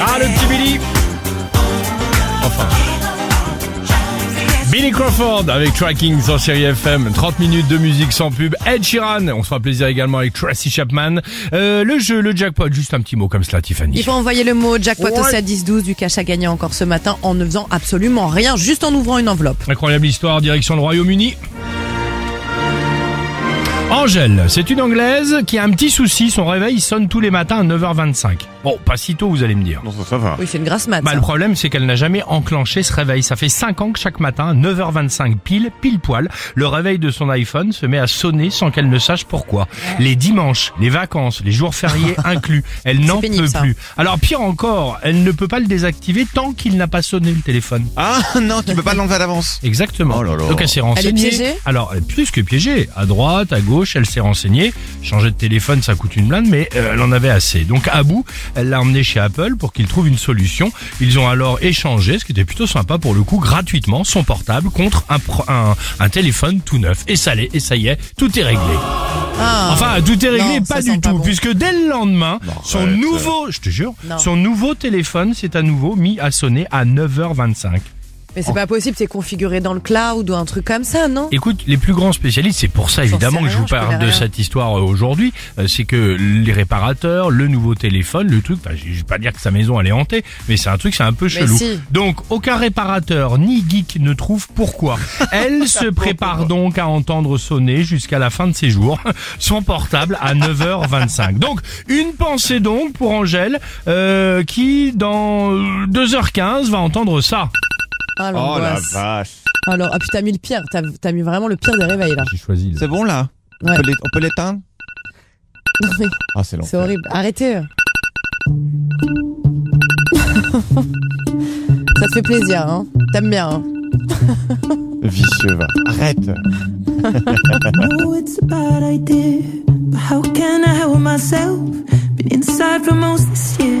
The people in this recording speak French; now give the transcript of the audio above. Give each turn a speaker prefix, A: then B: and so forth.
A: Ah, le petit Billy Enfin. Billy Crawford avec Tracking sur série FM. 30 minutes de musique sans pub. Ed Sheeran. On se fera plaisir également avec Tracy Chapman. Euh, le jeu, le jackpot. Juste un petit mot comme cela, Tiffany.
B: Il faut envoyer le mot jackpot au 7 10 12 du cash à gagner encore ce matin en ne faisant absolument rien, juste en ouvrant une enveloppe.
A: Incroyable histoire. Direction le Royaume-Uni. Angèle, c'est une Anglaise qui a un petit souci. Son réveil sonne tous les matins à 9h25. Bon, pas si tôt, vous allez me dire.
B: Oui, c'est une grasse mat.
A: Bah,
B: ça.
A: le problème, c'est qu'elle n'a jamais enclenché ce réveil. Ça fait 5 ans que chaque matin, 9h25 pile, pile poil, le réveil de son iPhone se met à sonner sans qu'elle ne sache pourquoi. Les dimanches, les vacances, les jours fériés inclus, elle n'en
B: pénible,
A: peut
B: ça.
A: plus. Alors pire encore, elle ne peut pas le désactiver tant qu'il n'a pas sonné le téléphone.
C: Ah non, tu peux pas l'enlever à l'avance.
A: Exactement.
C: Oh là là.
A: Donc elle s'est renseignée.
B: piégée
A: Alors euh, plus que piégée, à droite, à gauche, elle s'est renseignée. Changer de téléphone, ça coûte une blinde, mais euh, elle en avait assez. Donc à bout, elle l'a emmenée chez Apple pour qu'ils trouvent une solution. Ils ont alors échangé, ce qui était plutôt sympa pour le coup, gratuitement, son portable contre un, pro- un, un téléphone tout neuf. Et ça l'est, et ça y est, tout est réglé.
B: Ah.
A: Enfin, tout est réglé,
B: Non,
A: pas
B: ça
A: du
B: sent
A: tout,
B: pas bon.
A: puisque dès le lendemain, son
C: arrête. euh.
A: nouveau, je te jure,
B: Non.
A: son nouveau téléphone s'est à nouveau mis à sonner à 9h25.
B: Mais c'est pas possible, c'est configuré dans le cloud ou un truc comme ça, non
A: Écoute, les plus grands spécialistes, c'est pour ça
B: J'en
A: évidemment
B: sais
A: que je
B: rien,
A: vous
B: je
A: parle
B: connais
A: de
B: rien.
A: cette histoire euh, aujourd'hui, euh, c'est que les réparateurs, le nouveau téléphone, le truc, enfin, je je vais pas dire que sa maison elle est hantée, mais c'est un truc, c'est un peu chelou.
B: si.
A: Donc aucun réparateur ni geek ne trouve pourquoi. Elle se prépare donc à entendre sonner jusqu'à la fin de ses jours son portable à 9h25. Donc une pensée donc pour Angèle euh, qui dans 2h15 va entendre ça.
B: Ah,
C: Oh la
B: l'angoisse.
C: vache.
B: Alors, ah, puis t'as mis le pire, t'as t'as mis vraiment le pire des réveils là.
A: J'ai choisi.
C: C'est bon là
B: Ouais.
C: on, peut l'é- on peut l'éteindre
B: Non, mais
C: Ah c'est long.
B: c'est horrible. Arrêtez. ça te fait plaisir, hein T'aimes bien, hein
C: Vicieux va. Arrête.
D: know it's a bad idea, but how can I help myself? Been inside for most this year.